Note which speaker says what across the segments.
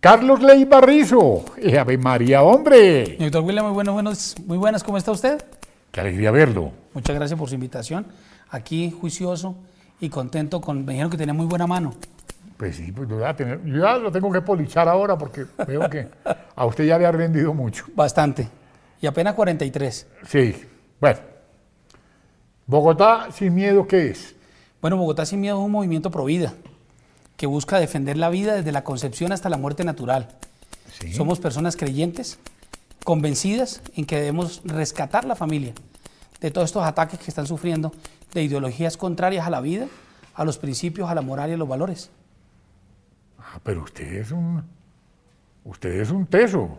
Speaker 1: Carlos Ley Barrizo. Eh, Ave María, hombre.
Speaker 2: Doctor William, muy buenos, buenos, muy buenas, ¿cómo está usted?
Speaker 1: Qué alegría verlo.
Speaker 2: Muchas gracias por su invitación. Aquí, juicioso y contento con. Me dijeron que tenía muy buena mano.
Speaker 1: Pues sí, pues lo voy a tener. Yo ya lo tengo que polichar ahora porque veo que a usted ya le ha rendido mucho.
Speaker 2: Bastante. Y apenas 43.
Speaker 1: Sí. Bueno. Bogotá sin miedo, ¿qué es?
Speaker 2: Bueno, Bogotá sin miedo es un movimiento pro vida que busca defender la vida desde la concepción hasta la muerte natural.
Speaker 1: Sí.
Speaker 2: Somos personas creyentes, convencidas en que debemos rescatar la familia de todos estos ataques que están sufriendo de ideologías contrarias a la vida, a los principios, a la moral y a los valores.
Speaker 1: Ah, pero usted es un. Usted es un teso.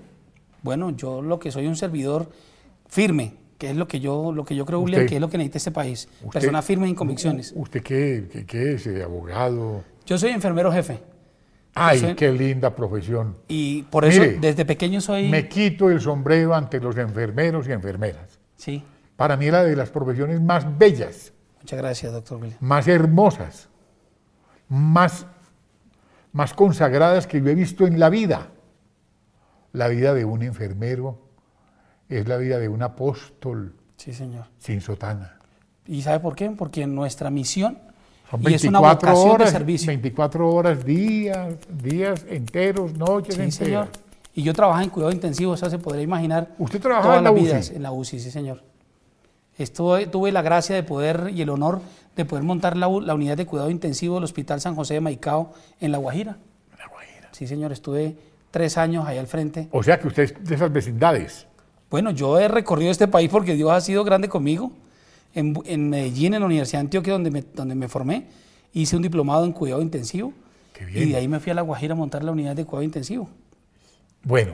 Speaker 2: Bueno, yo lo que soy un servidor firme, que es lo que yo, lo que yo creo, William,
Speaker 1: Usted-
Speaker 2: que es lo que necesita este país.
Speaker 1: Usted-
Speaker 2: Personas firmes en convicciones.
Speaker 1: ¿Usted qué, qué, qué es? eh, ¿Abogado?
Speaker 2: Yo soy enfermero jefe
Speaker 1: Ay,
Speaker 2: soy-
Speaker 1: qué linda profesión.
Speaker 2: y por eso
Speaker 1: Mire,
Speaker 2: desde pequeño soy...
Speaker 1: Me quito el sombrero ante los enfermeros y enfermeras.
Speaker 2: Sí,
Speaker 1: Para mí era de las profesiones más bellas,
Speaker 2: muchas gracias, doctor William.
Speaker 1: más hermosas, más, más consagradas que yo he visto en la vida. La vida de un enfermero es la vida de un apóstol
Speaker 2: Sí, señor.
Speaker 1: sin sotana.
Speaker 2: ¿Y sabe por qué? Porque nuestra misión
Speaker 1: Son
Speaker 2: y es
Speaker 1: 24
Speaker 2: una vocación
Speaker 1: horas,
Speaker 2: de servicio.
Speaker 1: 24 horas, días, días enteros, noches
Speaker 2: Sí,
Speaker 1: enteras.
Speaker 2: señor. Y yo trabajaba en cuidado intensivo, o sea, se podría imaginar.
Speaker 1: ¿Usted trabajaba
Speaker 2: todas
Speaker 1: en la
Speaker 2: las
Speaker 1: UCI?
Speaker 2: vidas en la UCI, sí, señor. Estuve, tuve la gracia de poder y el honor de poder montar la, u- la unidad de cuidado intensivo del Hospital San José de Maicao en La Guajira.
Speaker 1: La Guajira.
Speaker 2: Sí, señor, estuve tres años allá al frente.
Speaker 1: O sea que usted es de esas vecindades.
Speaker 2: Bueno, yo he recorrido este país porque Dios ha sido grande conmigo. En, Bu- en Medellín, en la Universidad de Antioquia, donde me, donde me formé, hice un diplomado en cuidado intensivo.
Speaker 1: Qué bien.
Speaker 2: Y de ahí me fui a La Guajira a montar la unidad de cuidado intensivo.
Speaker 1: Bueno,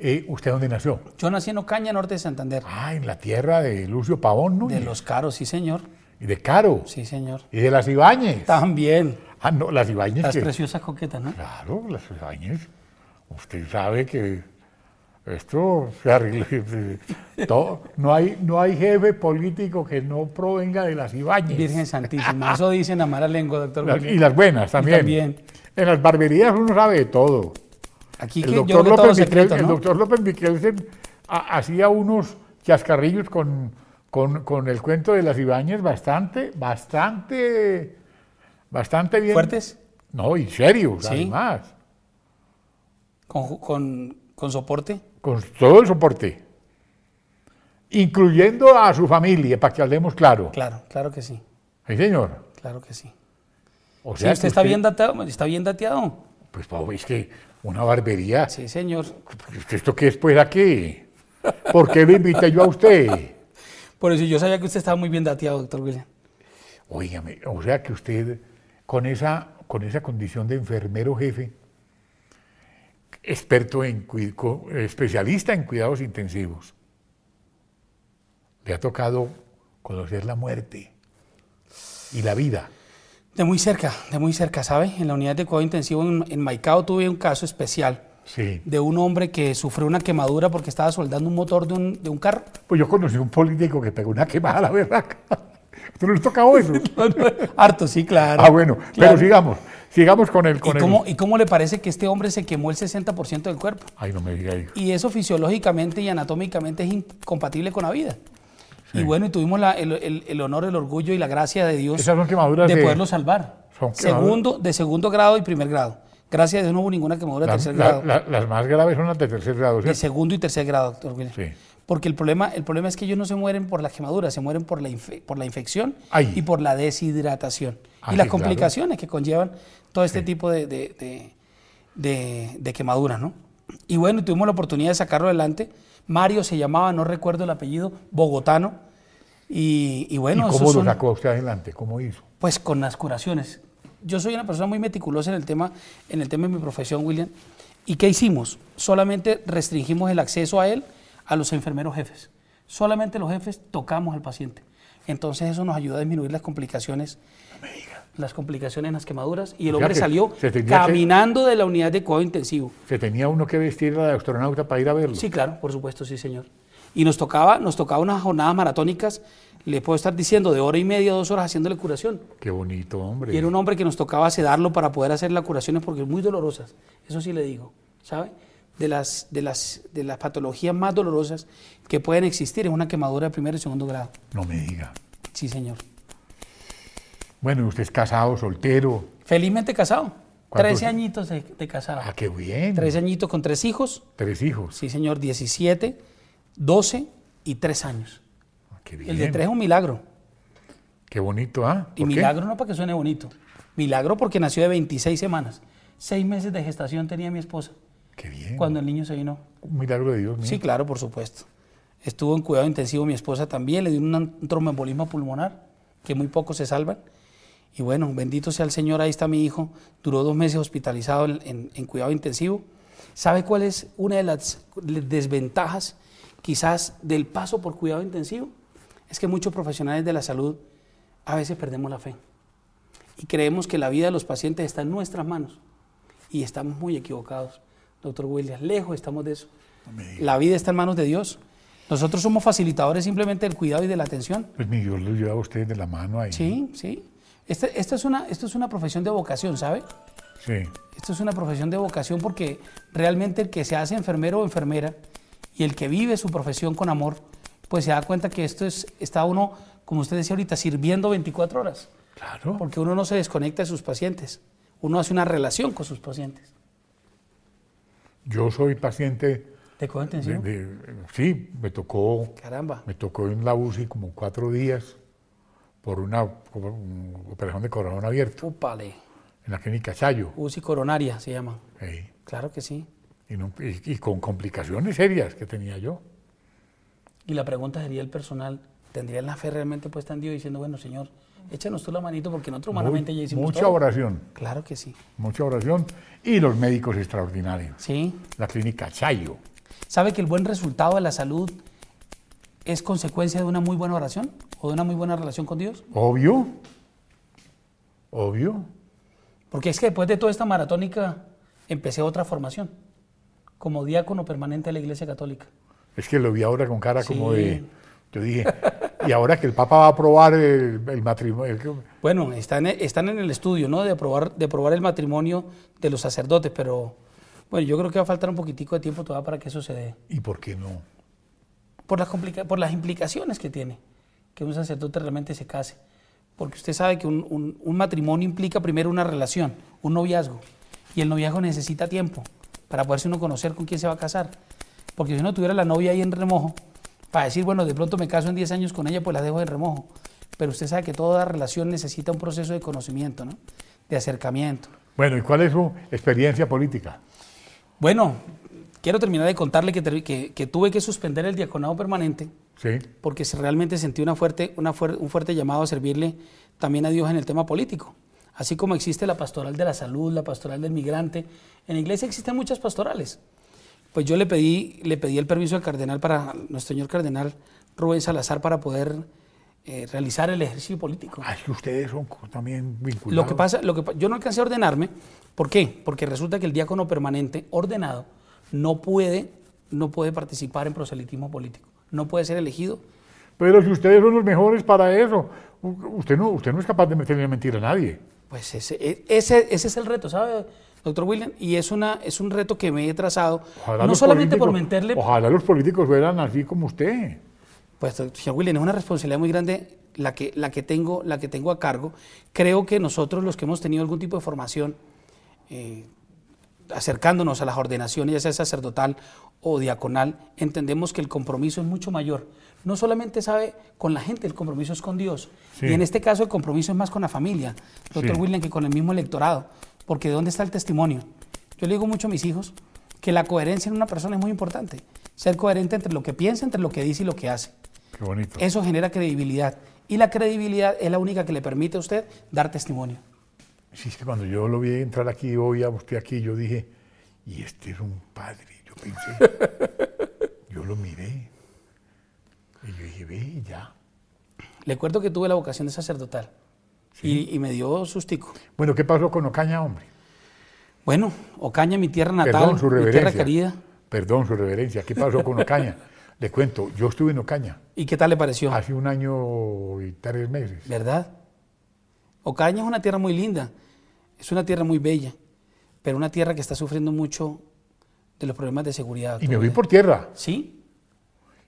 Speaker 1: eh, ¿usted dónde nació?
Speaker 2: Yo nací en Ocaña, norte de Santander.
Speaker 1: Ah, en la tierra de Lucio Pavón, ¿no?
Speaker 2: De los caros, sí, señor.
Speaker 1: Y de Caro.
Speaker 2: Sí, señor.
Speaker 1: Y de las Ibáñez.
Speaker 2: También.
Speaker 1: Ah, no, las Ibáñez.
Speaker 2: Las
Speaker 1: que-
Speaker 2: preciosas coquetas, ¿no?
Speaker 1: Claro, las Ibáñez. Usted sabe que esto se arregla. todo- no, hay, no hay jefe político que no provenga de las Ibáñez.
Speaker 2: Virgen Santísima. Eso dicen a mala lengua, doctor.
Speaker 1: Las-
Speaker 2: William.
Speaker 1: y las buenas también.
Speaker 2: también.
Speaker 1: En las barberías uno sabe de todo.
Speaker 2: Aquí que
Speaker 1: El
Speaker 2: yo
Speaker 1: doctor,
Speaker 2: creo que
Speaker 1: López
Speaker 2: todos los
Speaker 1: Miquel,
Speaker 2: secretos,
Speaker 1: el
Speaker 2: ¿no?
Speaker 1: doctor López Miquelsen ha- hacía unos chascarrillos con, con, con el cuento de las Ibáñez bastante, bastante, bastante bien.
Speaker 2: Fuertes.
Speaker 1: No, y serios,
Speaker 2: Sí.
Speaker 1: además.
Speaker 2: Con, ju- con, con soporte.
Speaker 1: Con todo el soporte. Incluyendo a su familia, para que hablemos claro.
Speaker 2: Claro, claro que sí.
Speaker 1: Sí, señor.
Speaker 2: Claro que sí.
Speaker 1: O
Speaker 2: Sí,
Speaker 1: sea,
Speaker 2: usted
Speaker 1: que
Speaker 2: está bien dateado. Está bien dateado.
Speaker 1: Pues, Pau, es que una barbería.
Speaker 2: Sí, señor.
Speaker 1: ¿Esto qué es, pues, aquí? ¿Por qué lo invité yo a usted?
Speaker 2: Por eso yo sabía que usted estaba muy bien dateado, doctor William.
Speaker 1: Óigame, o sea que usted, con esa, con esa condición de enfermero jefe, experto en cui- co- especialista en cuidados intensivos, le ha tocado conocer la muerte y la vida.
Speaker 2: De muy cerca, de muy cerca, ¿sabe? En la unidad de cuidado intensivo en, en Maicao tuve un caso especial
Speaker 1: Sí.
Speaker 2: de un hombre que sufrió una quemadura porque estaba soldando un motor de un, de un carro.
Speaker 1: Pues yo conocí un político que pegó una quemada a la berraca. ¿Tú no les tocado eso?
Speaker 2: Harto, sí, claro.
Speaker 1: Ah, bueno,
Speaker 2: Claro.
Speaker 1: pero sigamos, sigamos con el... Con
Speaker 2: ¿Y
Speaker 1: el-
Speaker 2: cómo, ¿Y cómo le parece que este hombre se quemó el 60% del cuerpo?
Speaker 1: Ay, no me diga ahí.
Speaker 2: Y eso fisiológicamente y anatómicamente es incompatible con la vida.
Speaker 1: Sí.
Speaker 2: Y bueno, y tuvimos la- el, el- el honor, el orgullo y la gracia de Dios
Speaker 1: Esas son quemaduras
Speaker 2: de
Speaker 1: de-
Speaker 2: poderlo salvar.
Speaker 1: son quemaduras-
Speaker 2: Segundo, de segundo grado y primer grado. Gracias a Dios no hubo ninguna quemadura de
Speaker 1: La-
Speaker 2: tercer
Speaker 1: la-
Speaker 2: grado.
Speaker 1: la- las más graves son las de tercer grado,
Speaker 2: de
Speaker 1: ¿cierto?
Speaker 2: segundo y tercer grado, doctor William.
Speaker 1: Sí.
Speaker 2: Porque el problema, el problema es que ellos no se mueren por la quemadura, se mueren por la, infe- por la infección
Speaker 1: Ay.
Speaker 2: y por la deshidratación.
Speaker 1: Ah,
Speaker 2: y las
Speaker 1: sí, claro.
Speaker 2: complicaciones que conllevan todo este tipo de, de, de- de- de quemaduras, ¿no? Y bueno, tuvimos la oportunidad de sacarlo adelante. Mario se llamaba, no recuerdo el apellido, bogotano. Y, y
Speaker 1: ¿Y
Speaker 2: bueno, esos
Speaker 1: cómo lo
Speaker 2: son-
Speaker 1: sacó usted adelante? ¿Cómo hizo?
Speaker 2: pues con las curaciones. Yo soy una persona muy meticulosa en el tema, en el tema de mi profesión, William. ¿Y qué hicimos? Solamente restringimos el acceso a él a los enfermeros jefes. Solamente los jefes tocamos al paciente. Entonces eso nos ayuda a disminuir las complicaciones, las complicaciones en las quemaduras. Y el
Speaker 1: O sea
Speaker 2: hombre
Speaker 1: que
Speaker 2: salió
Speaker 1: se tenía que-
Speaker 2: caminando de la unidad de cuidado intensivo.
Speaker 1: ¿Se tenía uno que vestir de astronauta para ir a verlo?
Speaker 2: Sí, claro, por supuesto, sí, señor. Y nos tocaba, nos tocaba unas jornadas maratónicas, le puedo estar diciendo, de hora y media, dos horas haciéndole curación.
Speaker 1: Qué bonito, hombre.
Speaker 2: Y era un hombre que nos tocaba sedarlo para poder hacer las curaciones porque es muy dolorosas, eso sí le digo, ¿sabe? De las, de, las, de las patologías más dolorosas que pueden existir es una quemadura de primer y segundo grado.
Speaker 1: No me diga.
Speaker 2: Sí, señor.
Speaker 1: Bueno, usted es casado, soltero.
Speaker 2: Felizmente casado.
Speaker 1: ¿Cuántos?
Speaker 2: 13 añitos de, de casado.
Speaker 1: Ah, qué bien.
Speaker 2: 13 añitos con tres hijos.
Speaker 1: Tres hijos.
Speaker 2: Sí, señor, 17, 12 y 3 años.
Speaker 1: Ah, qué bien.
Speaker 2: El de 3 es un milagro.
Speaker 1: Qué bonito, ¿ah?
Speaker 2: Y
Speaker 1: ¿Por qué?
Speaker 2: milagro no para que suene bonito. Milagro porque nació de 26 semanas. Seis meses de gestación tenía mi esposa
Speaker 1: Qué bien.
Speaker 2: cuando el niño se vino.
Speaker 1: Un milagro de Dios mío.
Speaker 2: Sí, claro, por supuesto. Estuvo en cuidado intensivo mi esposa también, le dio un an- un tromboembolismo pulmonar, que muy pocos se salvan. Y bueno, bendito sea el Señor, ahí está mi hijo. Duró dos meses hospitalizado en, en- en cuidado intensivo. ¿Sabe cuál es una de las le- desventajas quizás del paso por cuidado intensivo? Es que muchos profesionales de la salud a veces perdemos la fe y creemos que la vida de los pacientes está en nuestras manos. Y estamos muy equivocados, doctor Williams. Lejos estamos de eso. La vida está en manos de Dios. Nosotros somos facilitadores simplemente del cuidado y de la atención.
Speaker 1: Pues mi Dios lo lleva a usted de la mano ahí.
Speaker 2: Sí, sí. Este- esta, es una, esto es una profesión de vocación, ¿sabe?
Speaker 1: Sí.
Speaker 2: Esto es una profesión de vocación porque realmente el que se hace enfermero o enfermera y el que vive su profesión con amor, pues se da cuenta que esto es, está uno, como usted decía ahorita, sirviendo 24 horas.
Speaker 1: Claro.
Speaker 2: Porque uno no se desconecta de sus pacientes. Uno hace una relación con sus pacientes.
Speaker 1: Yo soy paciente
Speaker 2: ¿Te cojo
Speaker 1: de,
Speaker 2: intensivo?
Speaker 1: de- sí, me tocó,
Speaker 2: Caramba.
Speaker 1: me tocó en la UCI como cuatro días por una por una operación de corazón abierto
Speaker 2: Úpale.
Speaker 1: en la clínica Chayo.
Speaker 2: UCI coronaria se llama.
Speaker 1: Ey,
Speaker 2: Claro que sí.
Speaker 1: y, no- y- y con complicaciones serias que tenía yo.
Speaker 2: Y la pregunta sería el personal, ¿tendrían la fe realmente puesta en Dios diciendo, bueno, Señor, échanos tú la manito porque nosotros humanamente
Speaker 1: Muy-
Speaker 2: ya hicimos
Speaker 1: mucha
Speaker 2: todo?
Speaker 1: oración,
Speaker 2: Claro que sí.
Speaker 1: mucha oración y los médicos extraordinarios.
Speaker 2: Sí.
Speaker 1: La clínica Chayo.
Speaker 2: ¿Sabe que el buen resultado de la salud es consecuencia de una muy buena oración o de una muy buena relación con Dios?
Speaker 1: Obvio, obvio.
Speaker 2: Porque es que después de toda esta maratónica empecé otra formación como diácono permanente de la Iglesia Católica.
Speaker 1: Es que lo vi ahora con cara como
Speaker 2: Sí.
Speaker 1: de. Yo dije, y ahora que el Papa va a aprobar el, el matrimonio. el-
Speaker 2: Bueno, están, e, están en el estudio, ¿no? De aprobar, de aprobar el matrimonio de los sacerdotes, pero bueno, yo creo que va a faltar un poquitico de tiempo todavía para que eso se dé.
Speaker 1: ¿Y por qué no?
Speaker 2: Por las, complica- por las implicaciones que tiene que un sacerdote realmente se case. Porque usted sabe que un, un- un matrimonio implica primero una relación, un noviazgo. Y el noviazgo necesita tiempo para poderse uno conocer con quién se va a casar. Porque si uno tuviera la novia ahí en remojo, para decir, bueno, de pronto me caso en 10 años con ella, pues la dejo en remojo. Pero usted sabe que toda relación necesita un proceso de conocimiento, ¿no? De acercamiento.
Speaker 1: Bueno, ¿y cuál es su experiencia política?
Speaker 2: Bueno, quiero terminar de contarle que ter- que- que tuve que suspender el diaconado permanente
Speaker 1: Sí,
Speaker 2: porque se- realmente sentí una fuerte, una fuer- un fuerte llamado a servirle también a Dios en el tema político. Así como existe la pastoral de la salud, la pastoral del migrante, en la iglesia existen muchas pastorales. Pues yo le pedí, le pedí el permiso al cardenal para nuestro señor cardenal Rubén Salazar para poder eh, realizar el ejercicio político.
Speaker 1: Ay, Ah, que ustedes son co- también vinculados.
Speaker 2: Lo que pasa, lo que pa- yo no alcancé a ordenarme, ¿por qué? Porque resulta que el diácono permanente ordenado no puede, no puede participar en proselitismo político, no puede ser elegido
Speaker 1: Pero si ustedes son los mejores para eso, u- usted no, usted no es capaz de meterle mentira a nadie.
Speaker 2: Pues ese, e- ese, ese es el reto, ¿sabe, doctor William? Y es, una, es un reto que me he trazado,
Speaker 1: Ojalá
Speaker 2: no
Speaker 1: los
Speaker 2: solamente por
Speaker 1: políticos-
Speaker 2: mentirle,
Speaker 1: Ojalá los políticos fueran así como usted.
Speaker 2: pues señor William, es una responsabilidad muy grande la que, la, que tengo, la que tengo a cargo. Creo que nosotros los que hemos tenido algún tipo de formación, eh, acercándonos a las ordenaciones, ya sea sacerdotal o diaconal, entendemos que el compromiso es mucho mayor. No solamente sabe con la gente, el compromiso es con Dios.
Speaker 1: Sí.
Speaker 2: Y en este caso el compromiso es más con la familia, doctor
Speaker 1: Sí.
Speaker 2: William, que con el mismo electorado. Porque ¿de dónde está el testimonio? Yo le digo mucho a mis hijos que la coherencia en una persona es muy importante. Ser coherente entre lo que piensa, entre lo que dice y lo que hace.
Speaker 1: Qué bonito.
Speaker 2: Eso genera credibilidad. Y la credibilidad es la única que le permite a usted dar testimonio.
Speaker 1: Sí, es que cuando yo lo vi entrar aquí hoy a usted aquí, yo dije, y este es un padre. Yo pensé, yo lo miré. Y yo dije, ve, y ya.
Speaker 2: Le cuento que tuve la vocación de sacerdotal y, y me dio sustico.
Speaker 1: Bueno, ¿qué pasó con Ocaña, hombre?
Speaker 2: Bueno, Ocaña, mi tierra natal,
Speaker 1: Perdón, su
Speaker 2: mi tierra
Speaker 1: reverencia.
Speaker 2: querida.
Speaker 1: Perdón, su reverencia. ¿Qué pasó con Ocaña? Le cuento, yo estuve en Ocaña
Speaker 2: ¿Y qué tal le pareció?
Speaker 1: hace un año y tres meses.
Speaker 2: ¿Verdad? Ocaña es una tierra muy linda, es una tierra muy bella, pero una tierra que está sufriendo mucho de los problemas de seguridad.
Speaker 1: Y me fui por tierra
Speaker 2: Sí,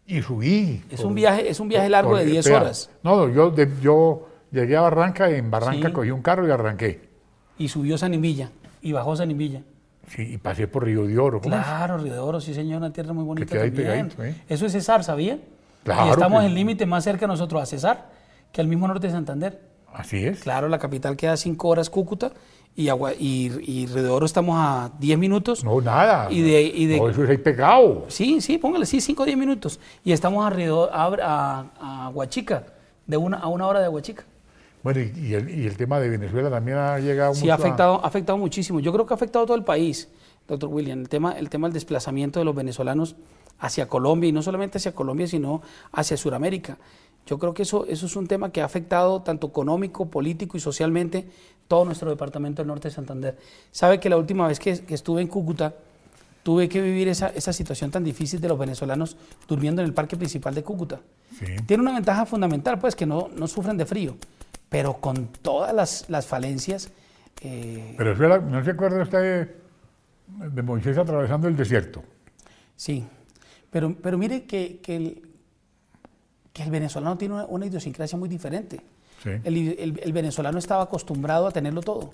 Speaker 1: y subí.
Speaker 2: es
Speaker 1: por-
Speaker 2: un viaje, es un viaje largo
Speaker 1: por-
Speaker 2: de 10
Speaker 1: espera,
Speaker 2: horas.
Speaker 1: No, no, yo, de- yo llegué a Barranca, en Barranca
Speaker 2: Sí.
Speaker 1: cogí un carro y arranqué.
Speaker 2: Y subió Sanimilla y bajó Sanimilla.
Speaker 1: Sí, y pasé por Río de Oro. ¿cómo es?
Speaker 2: Claro, Río de Oro, sí señor, una tierra muy bonita
Speaker 1: queda ahí
Speaker 2: también.
Speaker 1: pegadito, ¿eh?
Speaker 2: Eso es Cesar, ¿sabía?
Speaker 1: Claro
Speaker 2: y estamos
Speaker 1: que-
Speaker 2: en límite más cerca nosotros a Cesar que al mismo norte de Santander.
Speaker 1: Así es.
Speaker 2: Claro, la capital queda a 5 horas Cúcuta y, Agua- y, y Río de Oro estamos a 10 minutos.
Speaker 1: No, nada.
Speaker 2: Y de- y de-
Speaker 1: No, eso es ahí pegado.
Speaker 2: Sí, sí, póngale, sí, 5 o 10 minutos. Y estamos alrededor a, a, a Huachica, de una, a una hora de Huachica.
Speaker 1: Bueno, y, y el, y el tema de Venezuela también ha llegado
Speaker 2: Sí,
Speaker 1: mucho
Speaker 2: ha
Speaker 1: a-
Speaker 2: afectado, ha afectado muchísimo. Yo creo que ha afectado a todo el país, doctor William, el tema, el tema del desplazamiento de los venezolanos hacia Colombia, y no solamente hacia Colombia, sino hacia Sudamérica. Yo creo que eso, eso es un tema que ha afectado tanto económico, político y socialmente todo nuestro departamento del norte de Santander. Sabe que la última vez que, que estuve en Cúcuta, tuve que vivir esa, esa situación tan difícil de los venezolanos durmiendo en el parque principal de Cúcuta.
Speaker 1: Sí.
Speaker 2: Tiene una ventaja fundamental, pues, que no, no sufren de frío, pero con todas las, las falencias. eh,
Speaker 1: Pero Venezuela, ¿no se acuerda usted de, de Moisés atravesando el desierto?
Speaker 2: sí. Pero, pero mire que, que el, que el venezolano tiene una, una idiosincrasia muy diferente.
Speaker 1: Sí. Ah,
Speaker 2: El, el- el venezolano estaba acostumbrado a tenerlo todo.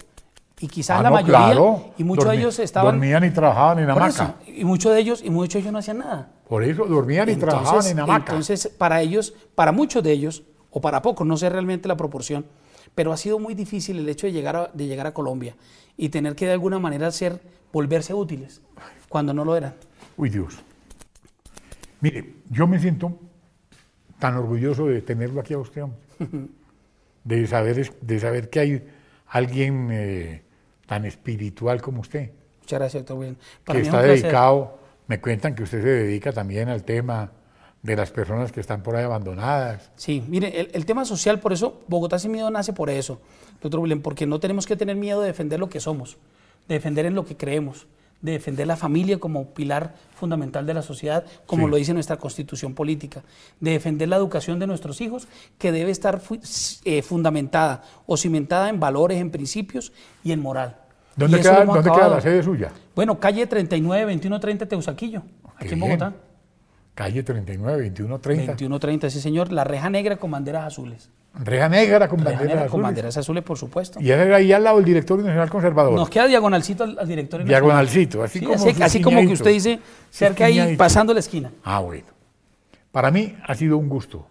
Speaker 2: Y quizás
Speaker 1: Ah,
Speaker 2: la
Speaker 1: no,
Speaker 2: mayoría.
Speaker 1: claro.
Speaker 2: y muchos
Speaker 1: Dormi-
Speaker 2: de ellos estaban.
Speaker 1: Dormían y trabajaban en
Speaker 2: por
Speaker 1: hamaca.
Speaker 2: eso, y muchos de ellos, y muchos de ellos no hacían nada.
Speaker 1: Por eso dormían y trabajaban en hamaca.
Speaker 2: entonces, para ellos, para muchos de ellos, o para pocos, no sé realmente la proporción, pero ha sido muy difícil el hecho de llegar a, de llegar a Colombia y tener que de alguna manera ser, volverse útiles cuando no lo eran.
Speaker 1: Uy, Dios. Mire, yo me siento tan orgulloso de tenerlo aquí a usted, hombre. De saber, es- de saber que hay alguien eh, tan espiritual como usted,
Speaker 2: Muchas gracias, doctor William.
Speaker 1: que
Speaker 2: Para mí es un
Speaker 1: está
Speaker 2: placer.
Speaker 1: dedicado, me cuentan que usted se dedica también al tema de las personas que están por ahí abandonadas.
Speaker 2: Sí, mire, el, el tema social, por eso Bogotá sin miedo nace por eso, doctor William, porque no tenemos que tener miedo de defender lo que somos, de defender en lo que creemos, de defender la familia como pilar fundamental de la sociedad, como
Speaker 1: Sí.
Speaker 2: lo dice nuestra constitución política, de defender la educación de nuestros hijos, que debe estar fu- eh, fundamentada o cimentada en valores, en principios y en moral.
Speaker 1: ¿Dónde,
Speaker 2: Y eso lo
Speaker 1: queda,
Speaker 2: hemos
Speaker 1: ¿dónde queda
Speaker 2: acabado.
Speaker 1: la sede suya?
Speaker 2: Bueno, calle 39, 2130 Teusaquillo,
Speaker 1: Qué
Speaker 2: aquí
Speaker 1: bien.
Speaker 2: en Bogotá.
Speaker 1: Calle 39, 21, 30.
Speaker 2: 2130, sí señor, la reja negra con banderas azules.
Speaker 1: Reja negra con
Speaker 2: Reja
Speaker 1: banderas
Speaker 2: negra con
Speaker 1: azules.
Speaker 2: banderas azules, por supuesto.
Speaker 1: Y era ahí al lado el directorio nacional conservador.
Speaker 2: Nos queda diagonalcito al, al directorio. nacional.
Speaker 1: Diagonalcito, así
Speaker 2: Sí,
Speaker 1: como
Speaker 2: así,
Speaker 1: su
Speaker 2: así como que
Speaker 1: ciñadito.
Speaker 2: usted dice,
Speaker 1: Su
Speaker 2: cerca ahí,
Speaker 1: ciñadito.
Speaker 2: pasando la esquina.
Speaker 1: Ah, bueno. Para mí ha sido un gusto.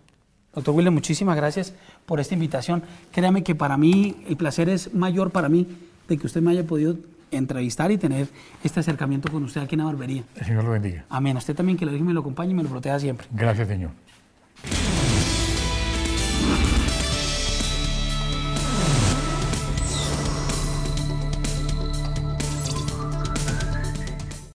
Speaker 2: Doctor William, muchísimas gracias por esta invitación. Créame que para mí, el placer es mayor para mí de que usted me haya podido entrevistar y tener este acercamiento con usted aquí en la barbería.
Speaker 1: El Señor lo bendiga.
Speaker 2: Amén. A usted también que la Virgen me lo acompañe y me lo proteja siempre.
Speaker 1: Gracias, Señor.